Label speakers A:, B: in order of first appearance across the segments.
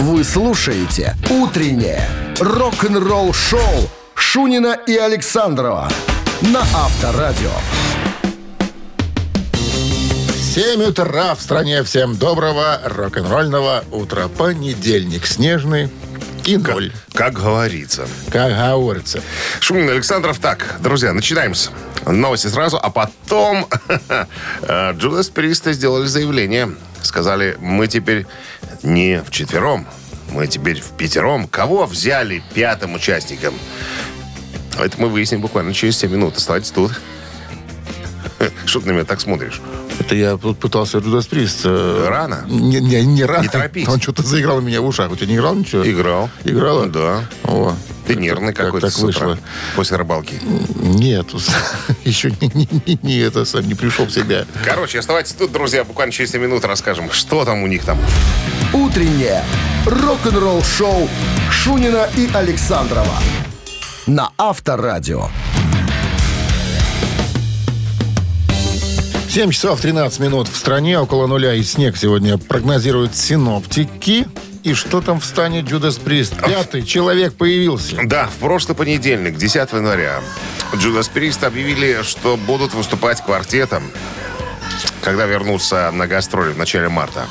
A: Вы слушаете «Утреннее рок-н-ролл-шоу» Шунина и Александрова на Авторадио.
B: 7 утра в стране. Всем доброго рок-н-ролльного утра. Понедельник снежный и ноль,
C: Как говорится.
B: как говорится.
C: Шумин Александров. Так, друзья, начинаем с новости сразу, а потом Джудас Приста сделали заявление. Сказали, мы теперь не в четвером, мы теперь в пятером. Кого взяли пятым участником? А Это мы выясним буквально через 7 минут. Оставайтесь тут. Что ты на меня так смотришь?
B: Это я тут пытался Джудас Прист. э,
C: Рано.
B: Не, не, не рано.
C: Не торопись.
B: Он что-то заиграл у меня в ушах. У тебя не играл ничего?
C: Играл.
B: Играла?
C: Да.
B: О,
C: Ты нервный
B: как
C: какой-то
B: так
C: с утра,
B: вышло?
C: После рыбалки.
B: Нет, еще не, не, не- не это сам не пришел в себя.
C: Короче, оставайтесь тут, друзья. Буквально через 7 минут расскажем, что там у них там.
A: «Утреннее рок-н-ролл-шоу» Шунина и Александрова на Авторадио.
B: 7 часов 13 минут в стране, около нуля и снег сегодня прогнозируют синоптики. И что там встанет Джудас Прист? Пятый человек появился.
C: Да, в прошлый понедельник, 10 января, Джудас Прист объявили, что будут выступать квартетом, когда вернутся на гастроли в начале марта.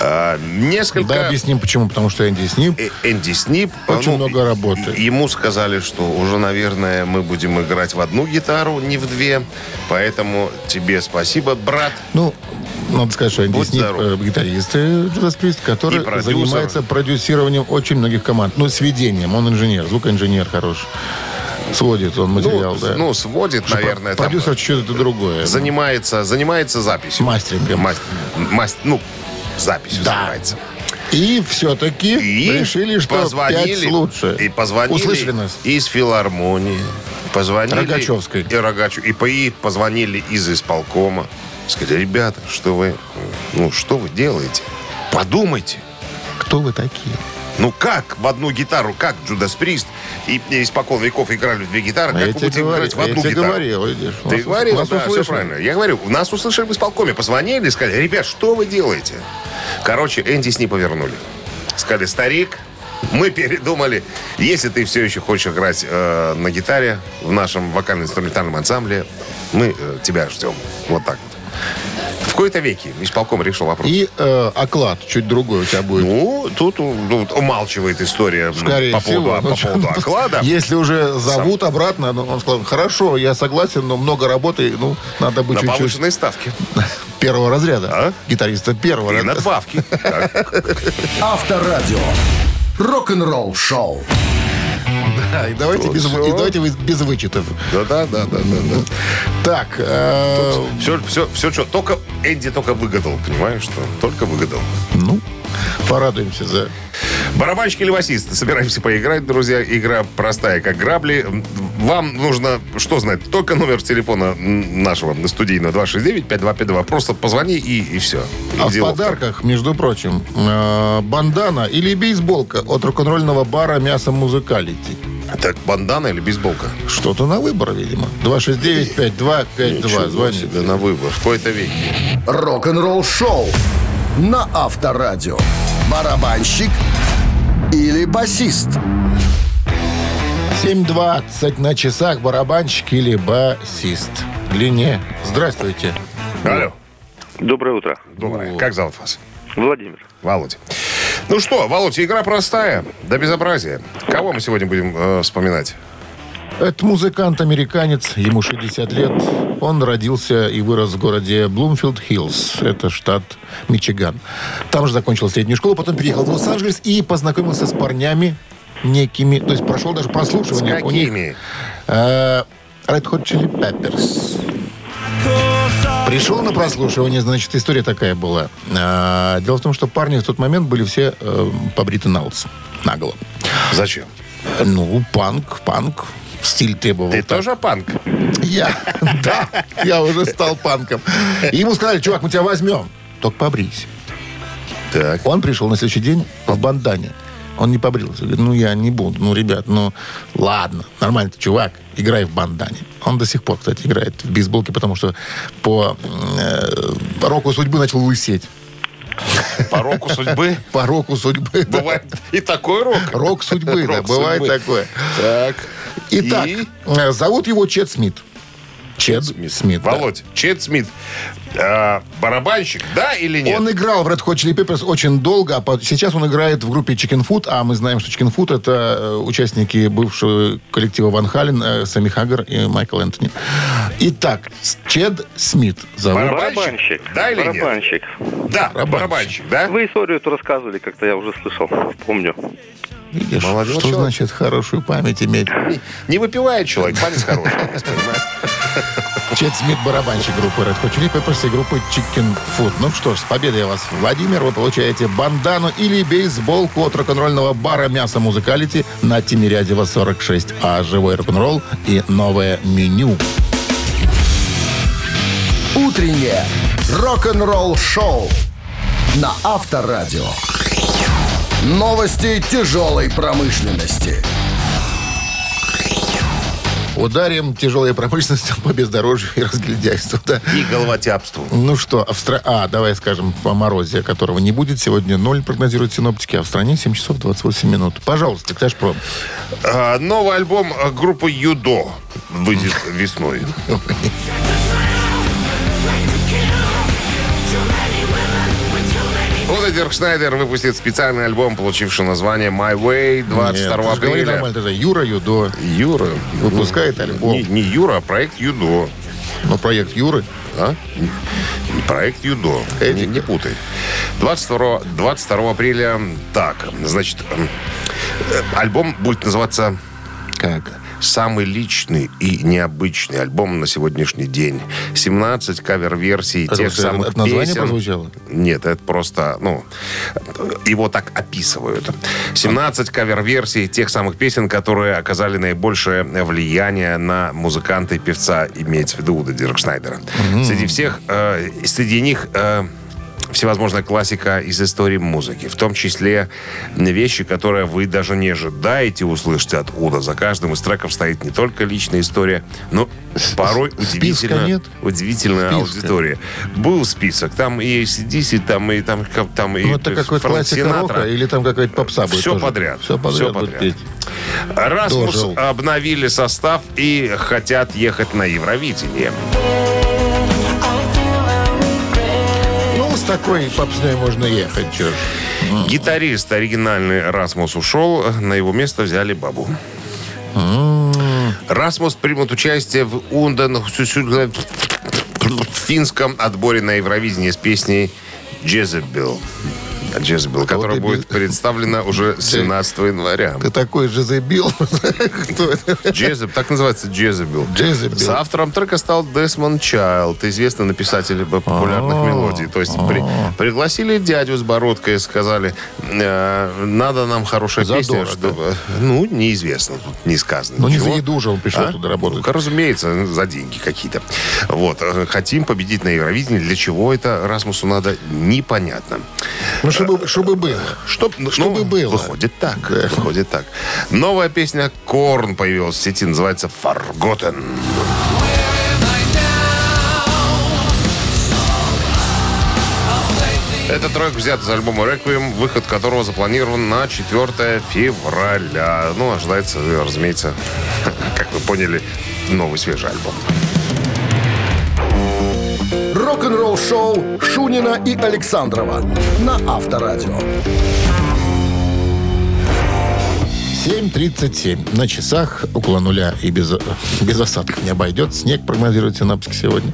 C: Э, несколько...
B: Да, объясним почему, потому что Энди с ним.
C: Э, Энди Снип.
B: Очень много работы.
C: и- Ему сказали, что уже, наверное, мы будем играть в одну гитару, не в две. Поэтому тебе спасибо, брат.
B: Ну, надо сказать, что Энди
C: Будь
B: Снип,
C: здоров.
B: э, гитарист э, Джудас Прист, который
C: И продюсер.
B: занимается продюсированием очень многих команд. Ну, сведением. Он инженер, звукоинженер хороший. Сводит он материал,
C: ну,
B: да.
C: ну, сводит, наверное, там,
B: Продюсер что-то другое.
C: занимается, занимается записью.
B: Мастерингом.
C: Мас- мас- ну, записью занимается.
B: И все-таки
C: И
B: решили, что
C: позвонили,
B: пять лучше.
C: И позвонили
B: Услышали нас.
C: из филармонии. Позвонили.
B: Рогачевской.
C: И Рогачу. И ПИ позвонили из исполкома. Сказали, ребята, что вы, ну, что вы делаете? Подумайте.
B: Кто вы такие?
C: Ну как в одну гитару, как Джудас Прист и и испокон веков играли в две гитары,
B: А
C: как
B: я
C: вы
B: тебе
C: будете
B: говорил,
C: играть в
B: я
C: одну
B: тебе
C: гитару?
B: говорил, видишь.
C: Ты
B: Нас-
C: говорил,
B: нас
C: да, все
B: услышали.
C: правильно. Я говорю, нас услышали в исполкоме, позвонили и сказали, ребят, что вы делаете? Короче, Энди с ней повернули. Сказали, старик, мы передумали. Если ты все еще хочешь играть э, на гитаре в нашем вокально-инструментальном ансамбле, мы э, тебя ждем. Вот так вот. В кои-то веки исполком решил вопрос.
B: И э, оклад чуть другой у тебя будет.
C: Ну, тут у- ну, умалчивает история м,
B: Скорее
C: по
B: всего.
C: поводу, по поводу оклада.
B: Если уже зовут обратно, ну, он сказал, хорошо, я согласен, но много работы, ну, надо быть
C: На
B: чуть-чуть
C: повышенной ставке.
B: первого разряда.
C: А?
B: Гитариста первого
C: И
B: разряда.
C: надбавки. Так.
A: Авторадио. Рок-н-ролл-шоу.
B: Да, и давайте,
C: Вот
B: без,
C: всё.
B: и давайте вы- без вычетов.
C: Да-да-да-да-да.
B: Так, э,
C: Все, все, все, что, только Энди только выгадал, понимаешь, что? Только выгадал.
B: ну, порадуемся за...
C: Барабанщик или басист? Собираемся поиграть, друзья. Игра простая, как грабли. М, Вам нужно, что знать, только номер телефона м, нашего студийного 269-5252. Просто позвони и, и все. И
B: А в
C: делов-то.
B: подарках, между прочим, э, бандана или бейсболка от рок-н-ролльного бара «Мясо Музыкалити».
C: Так, бандана или бейсболка?
B: Что-то на выбор, видимо. 269-5252.
C: Ничего
B: Звоните.
C: себе, на выбор. В кои-то веки.
A: Рок-н-ролл-шоу на Авторадио. Барабанщик или басист?
B: 7.20 на часах барабанщик или басист. Длине. Здравствуйте.
C: Алло.
D: Доброе утро.
C: Доброе. Как зовут вас?
D: Владимир.
C: Володя. Ну что, Володя, игра простая, до безобразия. Кого мы сегодня будем э, вспоминать?
B: Это музыкант-американец, ему 60 лет. Он родился и вырос в городе Блумфилд-Хиллз. Это штат Мичиган. Там же закончил среднюю школу, потом переехал в Лос-Анджелес и познакомился с парнями некими. То есть прошел даже прослушивание.
C: С
B: У них
C: какими?
B: Э, Red Hot Chili Peppers. Пришел на прослушивание, значит, история такая была. Э, Дело в том, что парни в тот момент были все э, побриты на лысо, наголо.
C: Зачем?
B: Э, Ну, панк, панк. Стиль требовал.
C: Ты
B: так.
C: тоже панк?
B: Я, да, я уже стал панком. И ему сказали, чувак, мы тебя возьмем. Только побрись.
C: Так.
B: Он пришел на следующий день в бандане. Он не побрился. Говорит, ну я не буду. Ну, ребят, ну ладно, нормально ты, чувак, играй в бандане. Он до сих пор, кстати, играет в бейсболке, потому что по э, року судьбы начал лысеть.
C: Пороку судьбы.
B: По року судьбы. да.
C: Бывает и такой рок.
B: Рок судьбы, да,
C: Рок
B: бывает
C: судьбы.
B: такое.
C: Так.
B: Итак,
C: И?
B: э, зовут его Чет Смит. Чет
C: Смит.
B: Смит. да.
C: Володь, Чет Смит. э, барабанщик, да или нет?
B: Он играл в Red Hot Chili Peppers очень долго, а по- сейчас он играет в группе Chicken Food, а мы знаем, что Chicken Food это э, участники бывшего коллектива Ван Хален, э, Сэмми Хаггер и Майкл Энтони. Итак, с- Чед Смит зовут.
C: Барабанщик?
D: Барабанщик.
C: Да или нет?
D: Барабанщик.
C: Да, барабанщик,
B: Барабанщик.
C: да?
D: Вы историю эту рассказывали, как-то я уже слышал, помню.
B: Видишь,
C: молодой
B: что
C: человек.
B: значит хорошую память иметь?
C: Не, не выпивает человек, парень хороший. я понимаю.
B: Чет Смит барабанщик группы Red Hot Chili Peppers и группы Chicken Food. Ну что ж, с победой вас, Владимир. Вы получаете бандану или бейсболку от рок-н-ролльного бара «Мясо Музыкалити» на Тимирязева 46. А живой рок-н-ролл и новое меню.
A: Утреннее рок-н-ролл-шоу на Авторадио. Новости тяжелой промышленности.
B: Ударим тяжелой промышленностью по бездорожью и разгильдяйству. да.
C: И головотяпству.
B: Ну что, а, в стра- а, давай скажем по морозе, которого не будет. Сегодня ноль прогнозируют синоптики, а в стране 7 часов 28 минут. Пожалуйста, Тэш Про.
C: А, Новый альбом э, группы Юдо выйдет весной. Лодер Шнайдер выпустит специальный альбом, получивший название My Way 22
B: Говори
C: апреля.
B: нормально, даже Юра Юдо.
C: Юра
B: Выпускает альбом.
C: Ну, Не, не Юра, а проект Юдо.
B: Ну, проект Юры.
C: А? Проект Юдо. Не, не путай. 22, 22 апреля. Так, значит, эм, э, альбом будет называться
B: Как?
C: самый личный и необычный альбом на сегодняшний день. 17 кавер-версий
B: Это
C: тех
B: уже
C: самых
B: от названия
C: песен.
B: прозвучало?
C: Нет, это просто, ну, его так описывают. 17 кавер-версий тех самых песен, которые оказали наибольшее влияние на музыканта и певца, имеется в виду Уда Диркшнайдера. Среди всех, э, среди них... э, всевозможная классика из истории музыки, в том числе вещи, которые вы даже не ожидаете услышать от Уда. За каждым из треков стоит не только личная история, но порой
B: списка
C: удивительно,
B: нет?
C: удивительная
B: Списка.
C: аудитория. Был список, там и ACDC, там и там, как- там и
B: Ну, это какой-то
C: Фрэнк
B: классика
C: Синатра.
B: рока или там какая-то попса будет
C: Все
B: тоже?
C: подряд.
B: Все подряд.
C: Всё
B: будет
C: подряд.
B: петь.
C: Расмус
B: Дожил.
C: обновили состав и хотят ехать на Евровидение.
B: Ну, с такой попсной можно ехать, чё ж.
C: Гитарист оригинальный Расмус ушел, на его место взяли бабу. Расмус примут участие в Ундан финском отборе на Евровидении с песней «Джезебел». «Джезебел», которая
B: дебил.
C: будет представлена уже 17 января.
B: Ты такой же забил. Кто это?
C: Джезеб, так называется Джезебел.
B: Джезебел.
C: С автором трека стал Десмон Чайлд, известный написатель б- популярных
B: А.
C: мелодий. То есть при- пригласили дядю с бородкой и сказали, «Э, надо нам хорошая песня,
B: Задорого.
C: чтобы... Ну, неизвестно, тут не сказано.
B: Ну, не
C: ничего.
B: за еду же он пришел
C: А?
B: туда работать.
C: Ну-ка, разумеется, за деньги какие-то. Вот, э, хотим победить на Евровидении. Для чего это Расмусу надо, непонятно.
B: Ну, чтобы, чтобы было.
C: Чтоб,
B: ну, Чтобы было.
C: Ну, Выходит так. э, Выходит так. Новая песня Корн появилась в сети, называется Forgotten. Этот трек взят из альбома Requiem, выход которого запланирован на 4 февраля. Ну, ожидается, разумеется, как вы поняли, новый свежий альбом.
A: Рок-н-ролл-шоу Шунина и Александрова на Авторадио.
B: 7.37 на часах, около нуля и без, без осадков не обойдет. Снег прогнозируют синаптики сегодня.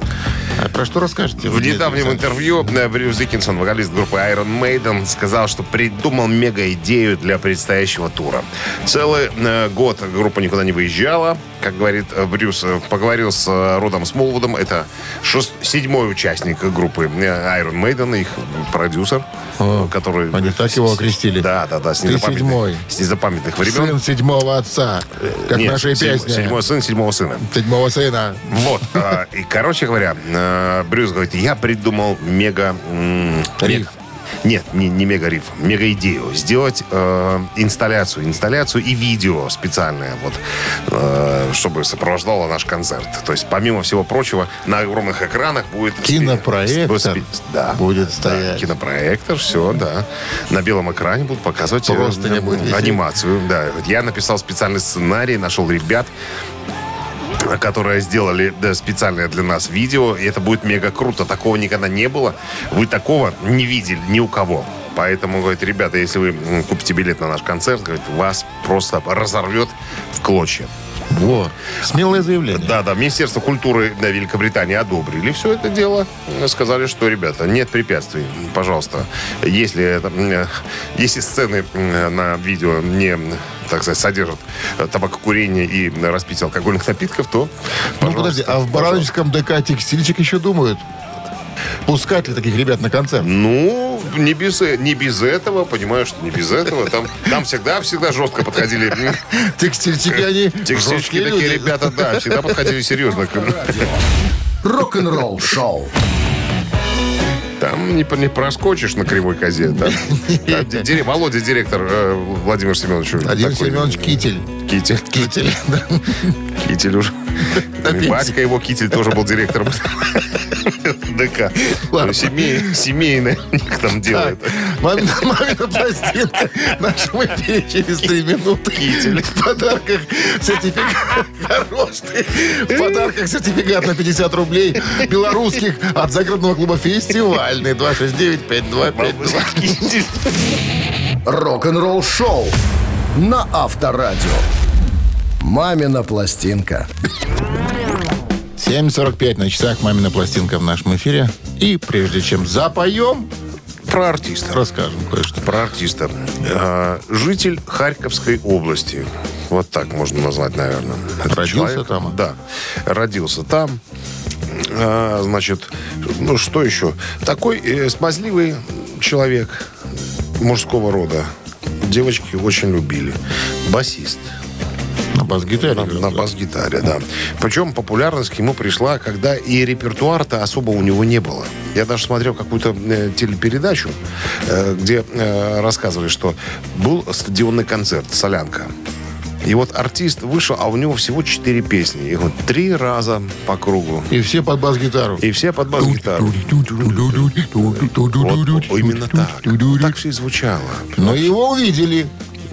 B: А про что расскажете?
C: В недавнем интервью э, Брюс Диккинсон, вокалист группы Iron Maiden, сказал, что придумал мега-идею для предстоящего тура. Целый э, год группа никуда не выезжала. Как говорит э, Брюс, э, поговорил с э, Родом Смолвудом. Это шест- седьмой участник группы э, Iron Maiden, их продюсер,
B: О,
C: э, который...
B: они так его окрестили.
C: Да, да, да. С
B: Ты
C: незапамятных,
B: седьмой.
C: С незапамятных времен.
B: Сын седьмого отца, как
C: Нет,
B: наша
C: седьмой-
B: песня.
C: Седьмой сын седьмого сына.
B: Седьмого сына.
C: Вот. э, а, И, короче говоря, э, Брюс говорит, я придумал мега... м,
B: Риф.
C: мег- Нет, не, не мега-риф, мега-идею. Сделать э, инсталляцию, инсталляцию и видео специальное, вот, э, чтобы сопровождало наш концерт. То есть, помимо всего прочего, на огромных экранах будет... спи-
B: Кинопроектор
C: будет спи- да,
B: будет
C: да,
B: стоять.
C: кинопроектор, все, да. На белом экране будут показывать э,
B: Просто не будет висеть.
C: анимацию. Да, Вот я написал специальный сценарий, нашел ребят, которые сделали да, специальное для нас видео. И это будет мега круто. Такого никогда не было. Вы такого не видели ни у кого. Поэтому, говорит, ребята, если вы м, купите билет на наш концерт, говорит, вас просто разорвет в клочья.
B: Вот. Смелое заявление. Ну,
C: Да, да, Министерство культуры да, Великобритании одобрили все это дело. Сказали, что, ребята, нет препятствий, пожалуйста. Если, это, м, э, если сцены м, э, на видео не, так сказать, содержат э, табакокурение и распитие алкогольных напитков, то,
B: Ну подожди, а в
C: пожалуйста.
B: Барановичском ДК текстильчик еще думают, пускать ли таких ребят на концерт?
C: Ну, не без, э- не без этого, понимаю, что не без этого. Там, там всегда, всегда жестко подходили м,
B: Текстильчики они
C: текстильщики,
B: жесткие
C: такие
B: люди.
C: ребята, да, всегда подходили серьезно. к-
A: Рок-н-ролл шоу.
C: Там не, по- не проскочишь на кривой козе. Да? Да, ди- дире- Володя, директор э, Владимир Семенович.
B: Владимир
C: такой,
B: Семенович Китель.
C: Китель.
B: Китель. да.
C: Китель уже.
B: На
C: И
B: пенсии.
C: Батька его, Китель, тоже был директором ДК.
B: Ладно.
C: Ну, семей- Семейное у них там делает.
B: Мамина, мамина пластинка в нашем эфире через три минуты.
C: Китель.
B: В подарках сертификат. Хорош ты. В подарках сертификат на 50 рублей белорусских от загородного клуба «Фестивальный». 269-5252.
C: Китель.
A: Рок-н-ролл шоу на Авторадио. Мамина пластинка.
B: 7.45 на часах «Мамина пластинка» в нашем эфире. И прежде чем запоем,
C: Про артиста.
B: расскажем кое-что.
C: про артиста. А, Житель Харьковской области. Вот так можно назвать, наверное. этот
B: Родился там?
C: Да. Родился там. А, Значит, ну что еще? Такой э, смазливый человек мужского рода. Девочки очень любили. Басист
B: На бас-гитаре.
C: на,
B: играл,
C: на
B: да.
C: бас-гитаре, да. Причем популярность к нему пришла, когда и репертуар-то особо у него не было. Я даже смотрел какую-то э, телепередачу, э, где э, рассказывали, что был стадионный концерт «Солянка». И вот артист вышел, а у него всего четыре песни. И вот три раза по кругу.
B: И все под бас-гитару.
C: И все под бас-гитару. Вот, о, именно так. Так все и звучало.
B: Но его увидели.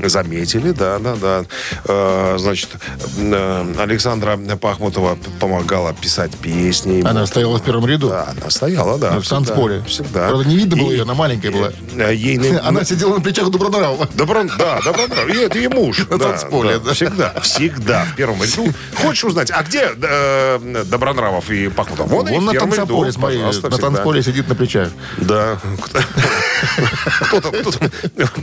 C: Заметили, да, да, да. Э, Значит, э, Александра Пахмутова помогала писать песни. ему.
B: Она стояла в первом ряду.
C: Да, она стояла, да.
B: Ну, в танцполе.
C: Всегда.
B: Правда, не видно было ее, она маленькая была.
C: э, Ей... на-
B: Она сидела на плечах Добронравова.
C: Добро, да, добро, да. И это ей муж.
B: На
C: да,
B: танцполе, да.
C: Всегда, всегда в первом ряду. Хочешь узнать, а где э, Добронравов и Пахмутов? Вон, они
B: Он
C: в
B: на
C: первом ряду,
B: танцполе, смотри,
C: пожалуйста,
B: на
C: всегда.
B: танцполе сидит на плечах.
C: Да. Кто там, кто там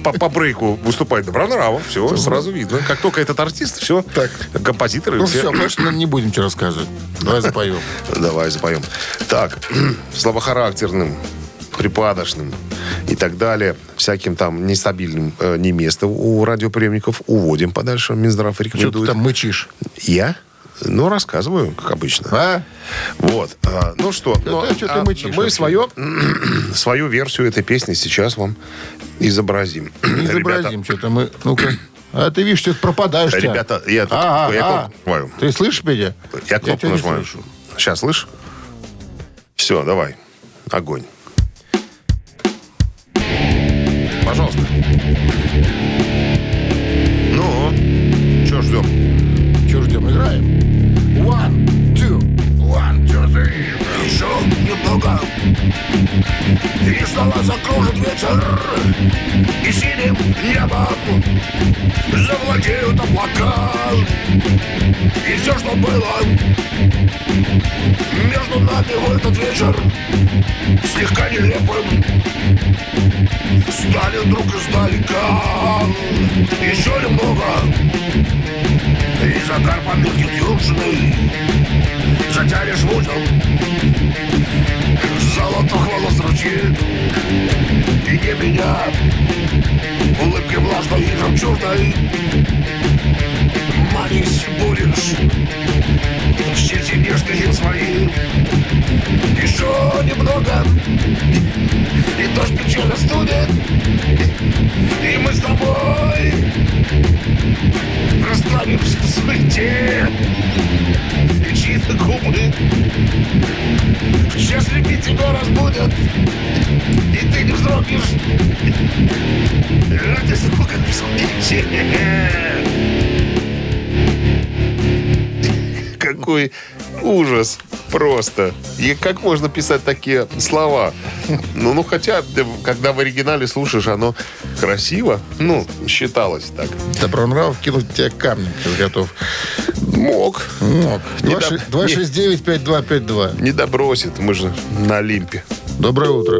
C: по, по брейку выступает Добронравов, все, сразу видно. Как только этот артист, все,
B: Так.
C: композиторы
B: Ну
C: все.
B: все, больше нам не будем что рассказывать. Давай запоем.
C: Давай запоем. Так, слабохарактерным, припадочным и так далее, всяким там нестабильным э, не место у радиоприемников уводим подальше. Минздрав
B: Что ты
C: рекомендует.
B: там мычишь?
C: Я? Ну, рассказываю, как обычно.
B: А?
C: Вот. а, ну что, ну,
B: да, чё ты
C: а,
B: мычишь
C: мы
B: вообще?
C: свое, свою версию этой песни сейчас вам изобразим.
B: Не изобразим что-то мы. Ну-ка. А ты видишь, что ты пропадаешь. Тя.
C: Ребята, я тут-
B: А,
C: я
B: а,
C: кнопку нажимаю.
B: Ты слышишь меня?
C: Ребята, я кнопку
B: тебя не
C: нажимаю.
B: слышу.
C: Сейчас, слышь? Все, давай. Огонь. Пожалуйста. Ну, что ждем?
B: Чего ждем? Играем.
A: One, two, one, two, three. Еще немного, и снова закружит ветер, и синим небом завладеют облака. И все, что было между нами в этот вечер, слегка нелепым, стали друг издалека. Еще немного, и загар помилки южный Затянешь в узел Золотых волос ручьи И не меня Улыбки влажной и жемчужной Манить будешь В щите нежные свои И
E: еще немного И дождь печально студит И мы с тобой Расстанемся в суете И чьи-то губы В час любви тебя разбудят И ты не вздрогнешь Ради звука свечи
C: Какой ужас просто. И как можно писать такие слова? Ну, ну хотя, э, когда в оригинале слушаешь, оно красиво. Ну, считалось так.
B: Добронрав кинул тебе камни. Ты готов.
C: Мог.
B: Мог.
C: Не
B: Два ши-
C: доб-
B: 269-5252.
C: Не добросит. Мы же на Олимпе.
B: Доброе утро.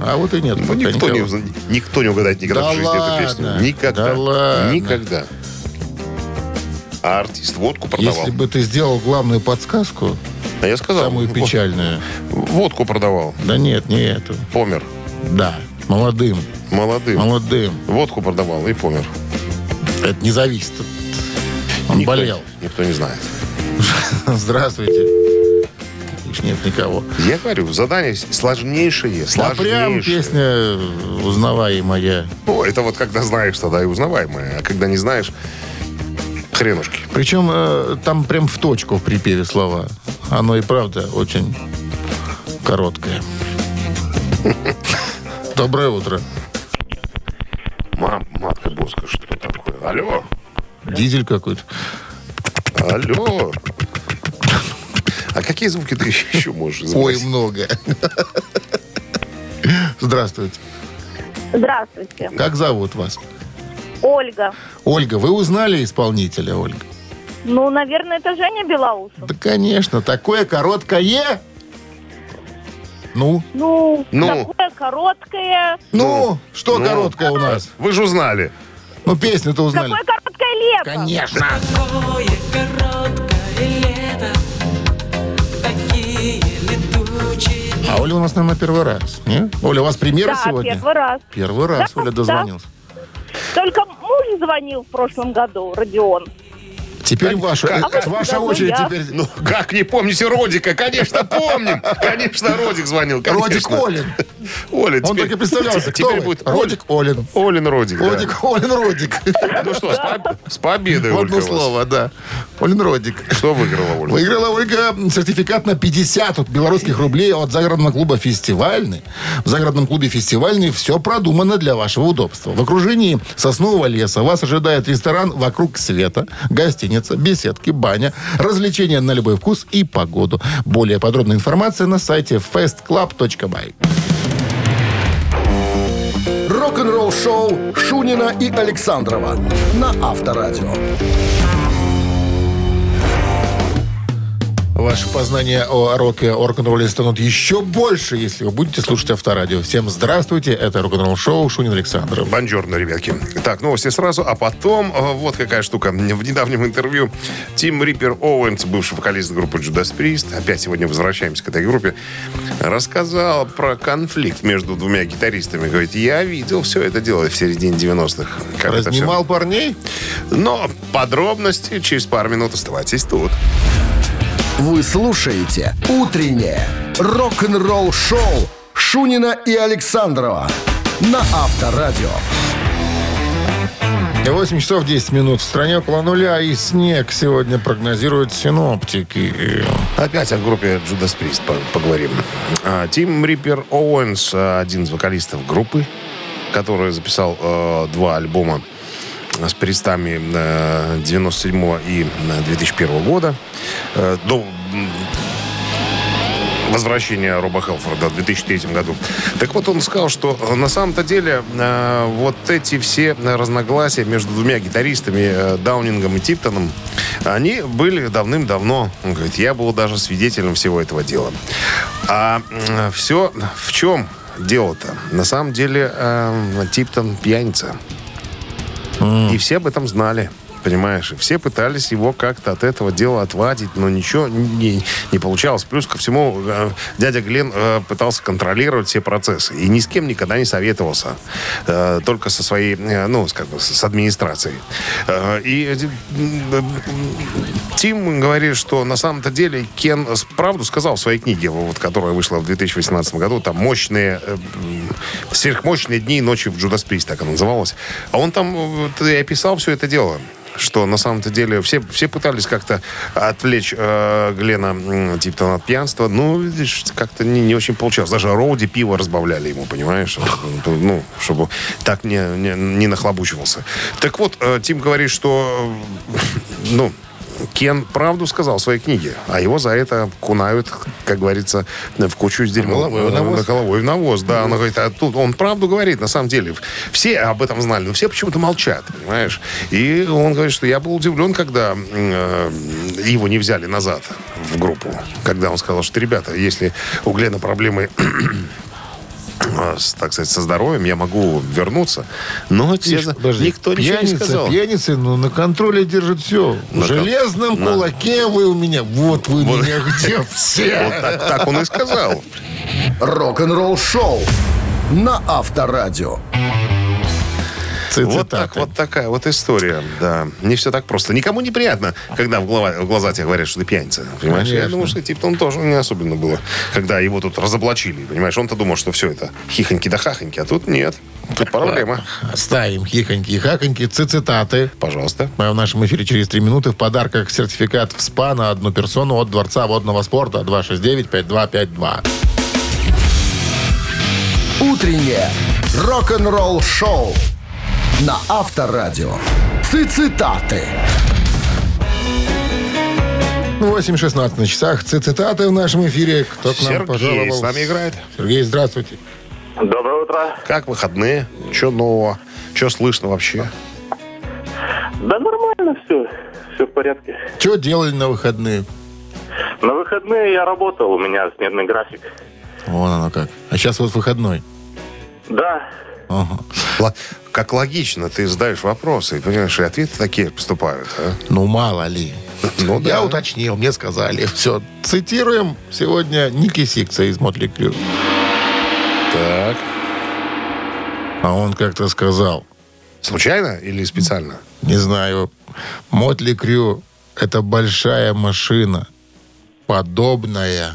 B: А вот и нет.
C: Ну,
B: пока
C: никто
B: никого.
C: не, уз- никто не угадает никогда
B: Да
C: в жизни
B: ладно,
C: эту песню. Никогда.
B: да ладно.
C: Никогда. А артист водку продавал.
B: Если бы ты сделал главную подсказку,
C: А я сказал.
B: самую
C: во-
B: печальную.
C: Водку продавал.
B: Да нет, не эту.
C: Помер.
B: Да. Молодым.
C: Молодым.
B: Молодым.
C: Водку продавал и помер.
B: Это не зависит. от- Он
C: Никто-
B: болел.
C: Никто не знает.
B: Здравствуйте. Уж нет никого.
C: Я говорю, задание сложнейшее.
B: Да
C: Сложнейшее.
B: прям песня э, узнаваемая.
C: Ну, это вот когда знаешь, тогда и узнаваемое. А когда не знаешь, хренушки.
B: Причем э, там прям в точку в припеве слова. Оно и правда очень короткое. Доброе утро.
C: Мам, матка боска, что такое? Алло,
B: Дизель какой-то.
C: алло. А какие звуки ты еще можешь
B: Ой,
C: изобразить?
B: много. Здравствуйте.
F: Здравствуйте,
B: Как зовут вас?
F: Ольга.
B: Ольга, вы узнали исполнителя, Ольга?
F: Ну, наверное, это Женя Белоусов.
B: Да, конечно. Такое короткое. Ну?
F: Ну,
C: Ну.
F: такое короткое,
B: Ну, что
C: ну.
B: короткое у нас?
C: Вы же узнали.
B: Ну, песню-то узнали.
F: такое короткое лето.
B: Конечно.
G: Такое короткое лето, такие летучие
B: А Оля у нас, наверное, первый раз. Не? Оля, у вас премьера
F: Да,
B: сегодня?
F: первый раз.
B: Первый раз
F: Да,
B: Оля
F: да.
B: дозвонилась.
F: Только муж звонил в прошлом году, Родион.
B: Теперь ваша,
C: как-
B: э,
F: как-
B: ваша
F: да, ну,
B: очередь
F: я.
B: теперь.
C: Ну, как не помните Родика? Конечно, помним. Конечно, Родик звонил. конечно.
B: Родик Олин.
C: Оля,
B: Он
C: теперь-
B: так и представлялся. Кто
C: Теперь
B: вы?
C: будет
B: Родик Олин.
C: Олин Родик. да.
B: Родик Олин Родик.
C: Ну что, с, поб- с победой,
B: В
C: Ольга,
B: одно
C: вас.
B: слово, да. Олин Родик.
C: Что выиграла Ольга?
B: Выиграла Ольга сертификат на 50 от белорусских рублей от загородного клуба «Фестивальный». В загородном клубе «Фестивальный» все продумано для вашего удобства. В окружении соснового леса вас ожидает ресторан «Вокруг света», гостиница, беседки, баня, развлечения на любой вкус и погоду. Более подробная информация на сайте festclub.by.
A: Рок-н-ролл-шоу Шунина и Александрова на Авторадио.
B: Ваши познания о роке, о рок-н-ролле станут еще больше, если вы будете слушать Авторадио. Всем здравствуйте, это рок-н-ролл шоу Шунин Александров.
C: Бонжорно, ребятки. Так, новости сразу, а потом э, вот какая штука. В недавнем интервью Тим Риппер Оуэнс, бывший вокалист группы Judas Priest, опять сегодня возвращаемся к этой группе, рассказал про конфликт между двумя гитаристами. Говорит, я видел все это дело в середине 90-х. Как это всё.
B: Разнимал парней?
C: Но подробности через пару минут оставайтесь тут.
A: Вы слушаете «Утреннее рок-н-ролл-шоу» Шунина и Александрова на Авторадио.
B: 8 часов 10 минут в стране около нуля, и снег сегодня прогнозируют синоптики.
C: Опять о группе Judas Priest по- поговорим. А, Тим Риппер Оуэнс, а, один из вокалистов группы, который записал э, два альбома с пристами 97 и э, 2001 года. Э, до м, возвращения Роба Хелфорда в 2003 году. Так вот, он сказал, что э, на самом-то деле э, вот эти все э, разногласия между двумя гитаристами, э, Даунингом и Типтоном, они были давным-давно. Он говорит, я был даже свидетелем всего этого дела. А все в чем дело-то? На самом деле э, Типтон пьяница. И все об этом знали. Понимаешь, И все пытались его как-то от этого дела отвадить, но ничего не, не получалось. Плюс ко всему, э, дядя Глен э, пытался контролировать все процессы и ни с кем никогда не советовался. Э, только со своей, э, ну, скажем, с администрацией. Э, и э, м, м, Тим говорит, что на самом-то деле Кен с- правду сказал в своей книге, вот, которая вышла в 2018 году, там мощные, э, м, сверхмощные дни и ночи в Джудас Прист, так она называлась. А он там э, и описал все это дело что на самом-то деле все, все пытались как-то отвлечь э, Глена м, типа там, от пьянства, но видишь, как-то не, не очень получалось. Даже Роуди пиво разбавляли ему, понимаешь? Ну, чтобы так не, не, не нахлобучивался. Так вот, э, Тим говорит, что э, ну, Кен правду сказал в своей книге, а его за это кунают, как говорится, в кучу с дерьмом.
B: Головой в
C: Э,
B: навоз.
C: на головой в навоз, да. Она говорит, а тут он правду говорит, на самом деле. Все об этом знали, но все почему-то молчат, понимаешь? И он говорит, что я был удивлен, когда м, э, его не взяли назад в группу. Когда он сказал, что, ребята, если у Глена проблемы э, с, так сказать, со здоровьем, я могу вернуться. Но те за-
B: Подожди,
C: никто ничего не
B: пьяница,
C: сказал.
B: Пьяница, но на контроле держит все. В
C: На кон-
B: железном
C: на-
B: кулаке вы у меня. Вот вы
C: Вот.
B: меня где все.
C: Вот так, так он и сказал.
A: Рок-н-ролл шоу на Авторадио.
C: Вот так,
B: Цитаты.
C: вот такая вот история, да. Не все так просто. Никому неприятно, когда в, глава- в глаза тебе говорят, что ты пьяница. Понимаешь? Я
B: Конечно.
C: думаю, что типа он тоже не особенно было, когда его тут разоблачили. Понимаешь, он-то думал, что все это хихоньки да хахоньки, а тут нет. Тут проблема.
B: Ставим хихоньки и хаконьки. Цитаты.
C: Пожалуйста.
B: Мы в нашем эфире через 3 минуты. В подарках сертификат в СПА на одну персону от Дворца водного спорта 269-5252.
A: Утреннее рок-н-ролл шоу на Авторадио. Цитаты.
B: 8.16 на часах. Цитаты в нашем эфире. Кто к нам
C: Сергей
B: пожаловал?
C: с нами играет.
B: Сергей, здравствуйте.
H: Доброе утро.
C: Как выходные? Че нового? Че слышно вообще?
H: Да нормально все, все в порядке.
B: Что делали на выходные?
H: На выходные я работал, у меня сменный график.
B: Вон оно как. А сейчас вот выходной.
H: Да,
B: Ага.
C: Л- Как логично, ты задаешь вопросы, и, понимаешь, и ответы такие поступают. а?
B: Ну, мало ли.
C: Ну
B: Я
C: да.
B: уточнил, мне сказали. Все. Цитируем сегодня Ники Сикса из Мотли Крю.
C: Так.
B: А он как-то сказал,
C: Случайно или специально?
B: не знаю, Мотли Крю — это большая машина, подобная.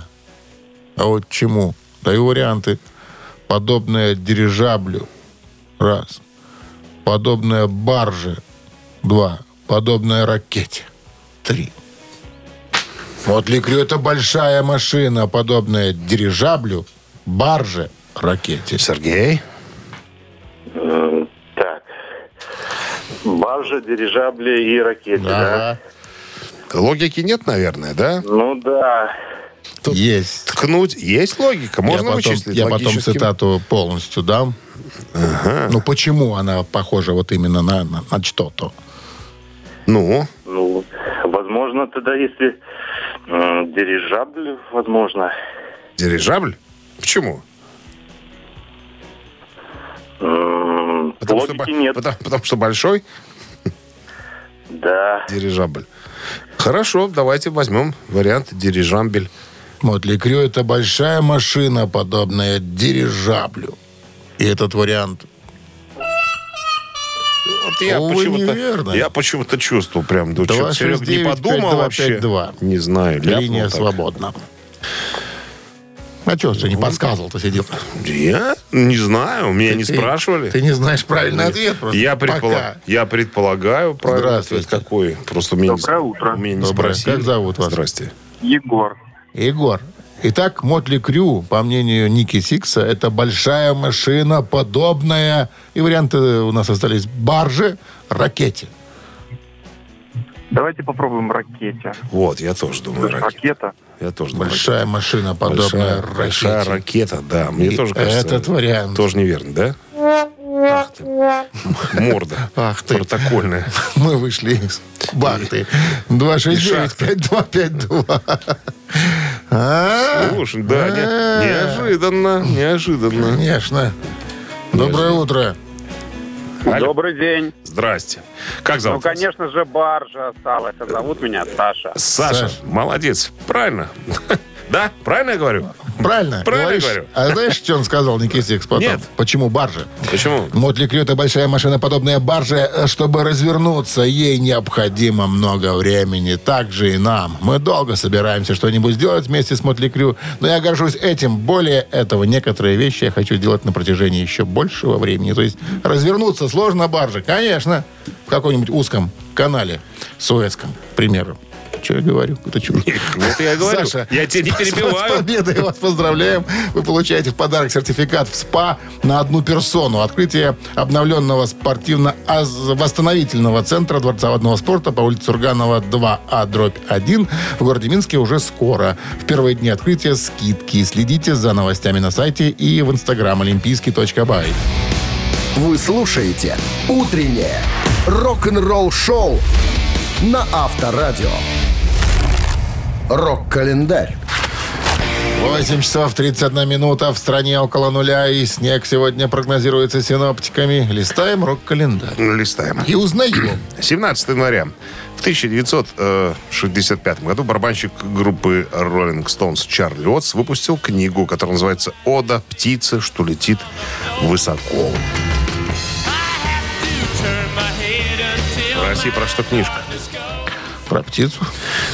B: А вот чему? Даю варианты. Подобная дирижаблю. Раз. Подобная барже. Два. Подобная ракете. Три. Мотли Крю — это большая машина, подобная дирижаблю, барже, ракете.
C: Сергей?
H: так. Баржа, дирижабли и ракеты, да?
B: Да.
C: Логики нет, наверное, да?
H: Ну да.
B: Есть.
C: ткнуть. Есть логика, можно
B: я потом,
C: вычислить.
B: я потом
C: логическим.
B: цитату полностью дам. Ну почему она похожа вот именно на, на, на что-то?
C: Ну,
H: Ну, возможно, тогда если м, дирижабль, возможно.
C: дирижабль? Почему?
H: М,
C: что,
H: Логики
C: бо-
H: нет.
C: Потому, потому что большой
H: Да.
C: дирижабль. Хорошо, давайте возьмем вариант дирижабль.
B: Мотли Крю это большая машина, подобная дирижаблю. И этот вариант
C: Вот я
B: Увы, неверно.
C: почему-то я почему-то чувствую прям, ну, чё,
B: 2,
C: Серёг
B: 6,
C: не
B: 9,
C: подумал
B: 5, 2,
C: вообще.
B: 5, 2.
C: Не знаю.
B: линия
C: ляпнул так.
B: свободна. А что
C: Ну,
B: ты не подсказывал-то сидел?
C: Я не знаю, меня не
B: Ты-
C: спрашивали.
B: Ты не знаешь правильный ответ просто.
C: я,
B: Пока.
C: предпола- я предполагаю, правильный ответ
B: Здравствуйте.
C: какой. Просто меня
H: Доброе
C: не...
H: утро.
C: Меня не
B: Доброе.
C: спросили.
B: Как зовут вас?
C: Здрасте.
H: Егор.
B: Егор. Итак, Мотли Крю, по мнению Ники Сикса, это большая машина, подобная. И варианты у нас остались баржи, ракете.
I: Давайте попробуем ракете.
C: Вот, я тоже думаю, ракета.
I: Ракета.
C: Я тоже думаю,
B: Большая машина, подобная
C: большая,
B: ракете.
C: большая ракета, да. Мне
B: И
C: тоже кажется.
B: этот вариант.
C: Тоже неверно, да? Ах ты. Морда.
B: Ах ты.
C: Протокольная.
B: Мы вышли из бахты. 269-5252. А,
C: Слушай, да, не-
B: А.
C: неожиданно, неожиданно.
B: Конечно. Доброе утро.
C: Алло.
I: Добрый день.
C: Здрасте. Как
I: Ну,
C: зовут? вас?
I: конечно же, баржа осталась. А зовут меня Саша.
C: Саша,
B: Саша.
C: молодец. Правильно. Да? Правильно я говорю?
B: Правильно?
C: Правильно
B: говоришь?
C: говорю.
B: А знаешь, что он сказал, Никитикс, потом?
C: Нет.
B: Почему баржа?
C: Почему?
B: Мотли Крю это большая машина, подобная барже. Чтобы развернуться, ей необходимо много времени. Так же и нам. Мы долго собираемся что-нибудь сделать вместе с Мотли Крю. Но я горжусь этим. Более этого, некоторые вещи я хочу делать на протяжении еще большего времени. То есть развернуться сложно барже. Конечно, в каком-нибудь узком канале, суэцком, к примеру. Что я говорю? Это чушь.
C: Вот я и говорю.
B: Саша,
C: Я тебя не
B: с- С
C: перебиваю.
B: победой вас поздравляем. Вы получаете в подарок сертификат в СПА на одну персону. Открытие обновленного спортивно-восстановительного центра Дворца водного спорта по улице Сурганова 2А, дробь 1 в городе Минске уже скоро. В первые дни открытия скидки. Следите за новостями на сайте и в инстаграм олимпийский.бай.
A: Вы слушаете «Утреннее рок-н-ролл-шоу» на Авторадио. Рок-календарь.
B: 8 часов 31 минута. В стране около нуля. И снег сегодня прогнозируется синоптиками. Листаем рок-календарь.
C: Листаем.
B: И узнаем.
C: 17 января в 1965 году барабанщик группы Rolling Stones Чарли Уотс выпустил книгу, которая называется «Ода птицы, что летит высоко». В России про что книжка?
B: Про птицу.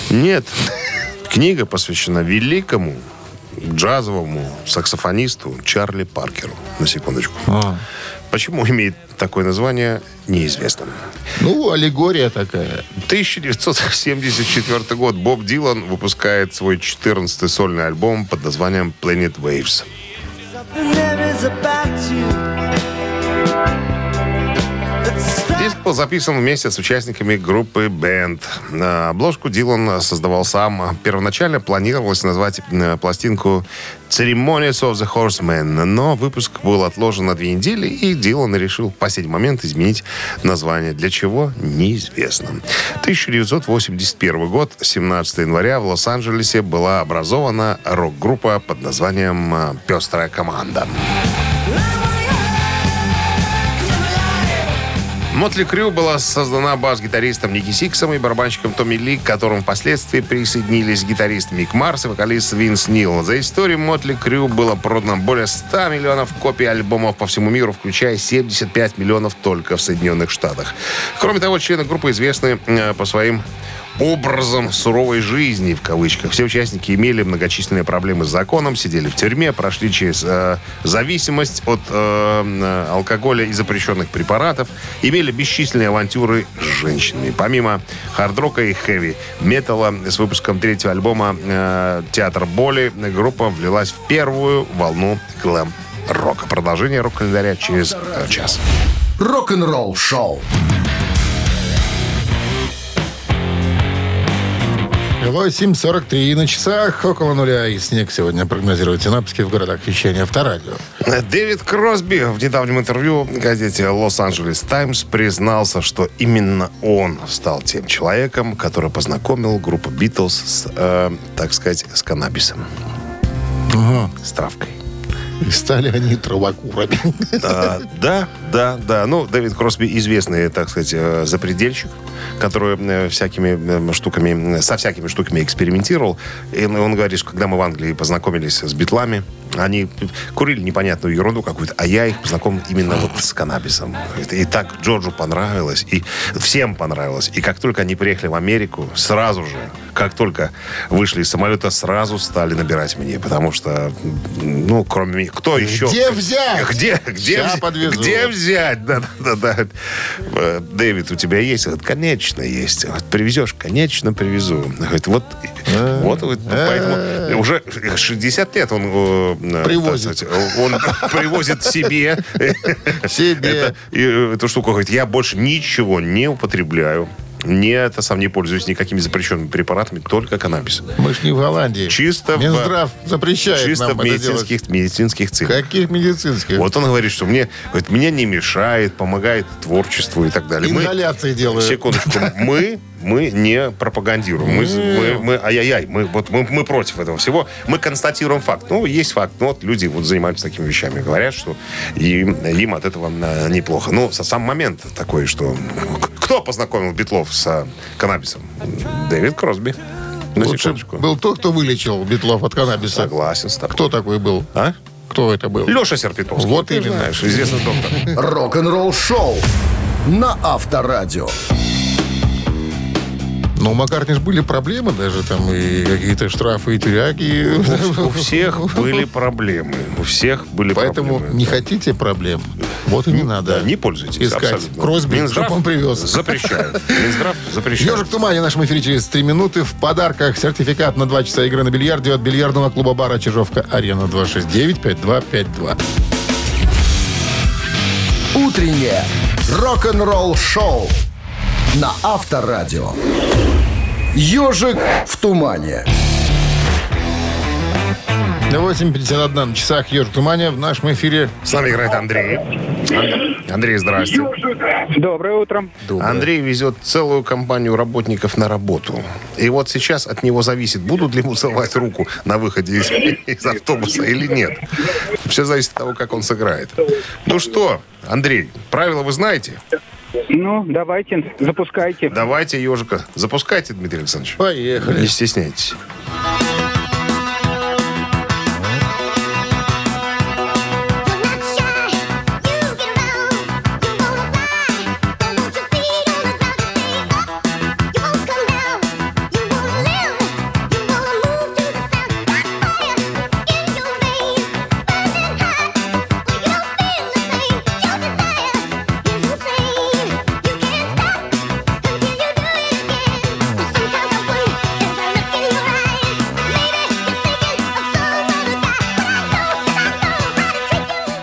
C: Нет. Книга посвящена великому джазовому саксофонисту Чарли Паркеру. На секундочку. Почему имеет такое название, неизвестно.
B: Ну, аллегория такая.
C: 1974 год Боб Дилан выпускает свой 14-й сольный альбом под названием Planet Waves. Диск был записан вместе с участниками группы Band. А, Обложку Дилан создавал сам. Первоначально планировалось назвать э, пластинку Ceremonies of the Horsemen, но выпуск был отложен на две недели, и Дилан решил по сей момент изменить название, для чего неизвестно. 1981 год, 17 января, в Лос-Анджелесе была образована рок-группа под названием э, «Пестрая команда». Мотли Крю была создана бас-гитаристом Ники Сиксом и барабанщиком Томми Ли, к которым впоследствии присоединились гитарист Мик Марс и вокалист Винс Нил. За историю Мотли Крю было продано более 100 миллионов копий альбомов по всему миру, включая 75 миллионов только в Соединенных Штатах. Кроме того, члены группы известны э, по своим образом суровой жизни, в кавычках. Все участники имели многочисленные проблемы с законом, сидели в тюрьме, прошли через э, зависимость от э, м, э, алкоголя и запрещенных препаратов, имели бесчисленные авантюры с женщинами. Помимо хард-рока и хэви-металла, с выпуском третьего альбома э, «Театр боли» группа влилась в первую волну глэм-рока. Продолжение рок-календаря через э, час.
A: Рок-н-ролл-шоу.
B: 8.43 на часах, около нуля, и снег сегодня прогнозируют синаптики в городах вещания авторадио.
C: Дэвид Кросби в недавнем интервью в газете «Лос-Анджелес Таймс» признался, что именно он стал тем человеком, который познакомил группу «Битлз» с, э, так сказать, с каннабисом,
B: Ага.
C: с травкой.
B: И стали они травокурами.
C: А, да, да, да. Ну, Дэвид Кросби известный, так сказать, э, запредельщик, который э, всякими э, штуками, э, со всякими штуками экспериментировал. И он- он говорит, что когда мы в Англии познакомились с битлами, они курили непонятную ерунду какую-то, а я их познакомил именно вот с каннабисом. Говорит, И так Джорджу понравилось, и всем понравилось. И как только они приехали в Америку, сразу же, как только вышли из самолета, сразу стали набирать мне, потому что, ну, кроме меня, кто еще?
B: Где взять?
C: Где, где,
B: Ща
C: вз-
B: подвезу.
C: где взять? Да, да, да, да. Э, Дэвид, у тебя есть? Он говорит, конечно, есть. Он говорит, привезешь? Конечно, привезу. Он Говорит, вот,
B: Э,
C: вот, вот, поэтому уже 60 лет он... э, э,
B: Привозит.
C: так сказать, Он привозит себе
B: Себе.
C: это- и, э, эту штуку. Говорит, я больше ничего не употребляю. Не это сам не пользуюсь никакими запрещенными препаратами, только каннабис.
B: Мы ж не в Голландии.
C: Чисто в-
B: Минздрав запрещает
C: Чисто
B: нам
C: в
B: это делать.
C: медицинских, медицинских целях.
B: Каких медицинских?
C: Вот он говорит, что мне, говорит, мне не мешает, помогает творчеству и так далее. Мы-
B: Ингаляции делают.
C: Секундочку. Мы мы не пропагандируем. Мы, мы, мы ай-яй-яй, мы, вот, мы, мы против этого всего. Мы констатируем факт. Ну, есть факт. Ну, вот люди вот занимаются такими вещами. Говорят, что им, им от этого э, неплохо. Ну, со- сам момент такой, что... к- Кто познакомил Битлов с э, каннабисом? Дэвид Кросби. На
B: Лучше
C: секундочку.
B: был тот, кто вылечил Битлов от каннабиса.
C: Согласен с тобой.
B: Кто такой был?
C: А?
B: Кто это был?
C: Леша Серпитовский.
B: Вот
C: Ты же
B: именно.
C: знаешь, известный доктор.
A: Рок-н-ролл шоу на Авторадио.
B: Но у Маккартни ж были проблемы даже там, и какие-то штрафы, и тюряги.
C: У всех были проблемы. У всех были
B: Поэтому
C: проблемы.
B: не хотите проблем? Вот и не надо.
C: Да, не пользуйтесь.
B: Искать
C: абсолютно.
B: Кросби,
C: Минздрав
B: чтоб он привез.
C: Запрещает. Минздрав
B: Ежик
C: запрещает.
B: в тумане в нашем эфире через 3 минуты. В подарках сертификат на 2 часа игры на бильярде от бильярдного клуба бара Чижовка Арена 269-5252.
A: Утреннее рок-н-ролл шоу на Авторадио. Ежик в тумане.
B: 8.51 на часах Ежик в тумане в нашем эфире.
C: С нами играет Андрей. Андрей, здрасте.
I: Доброе утро.
C: Андрей везет целую компанию работников на работу. И вот сейчас от него зависит, будут ли ему целовать руку на выходе из, из автобуса или нет. Все зависит от того, как он сыграет. Ну что, Андрей, правила вы знаете?
I: Ну, давайте, запускайте.
C: Давайте ежика. Запускайте, Дмитрий Александрович.
B: Поехали.
C: Не стесняйтесь.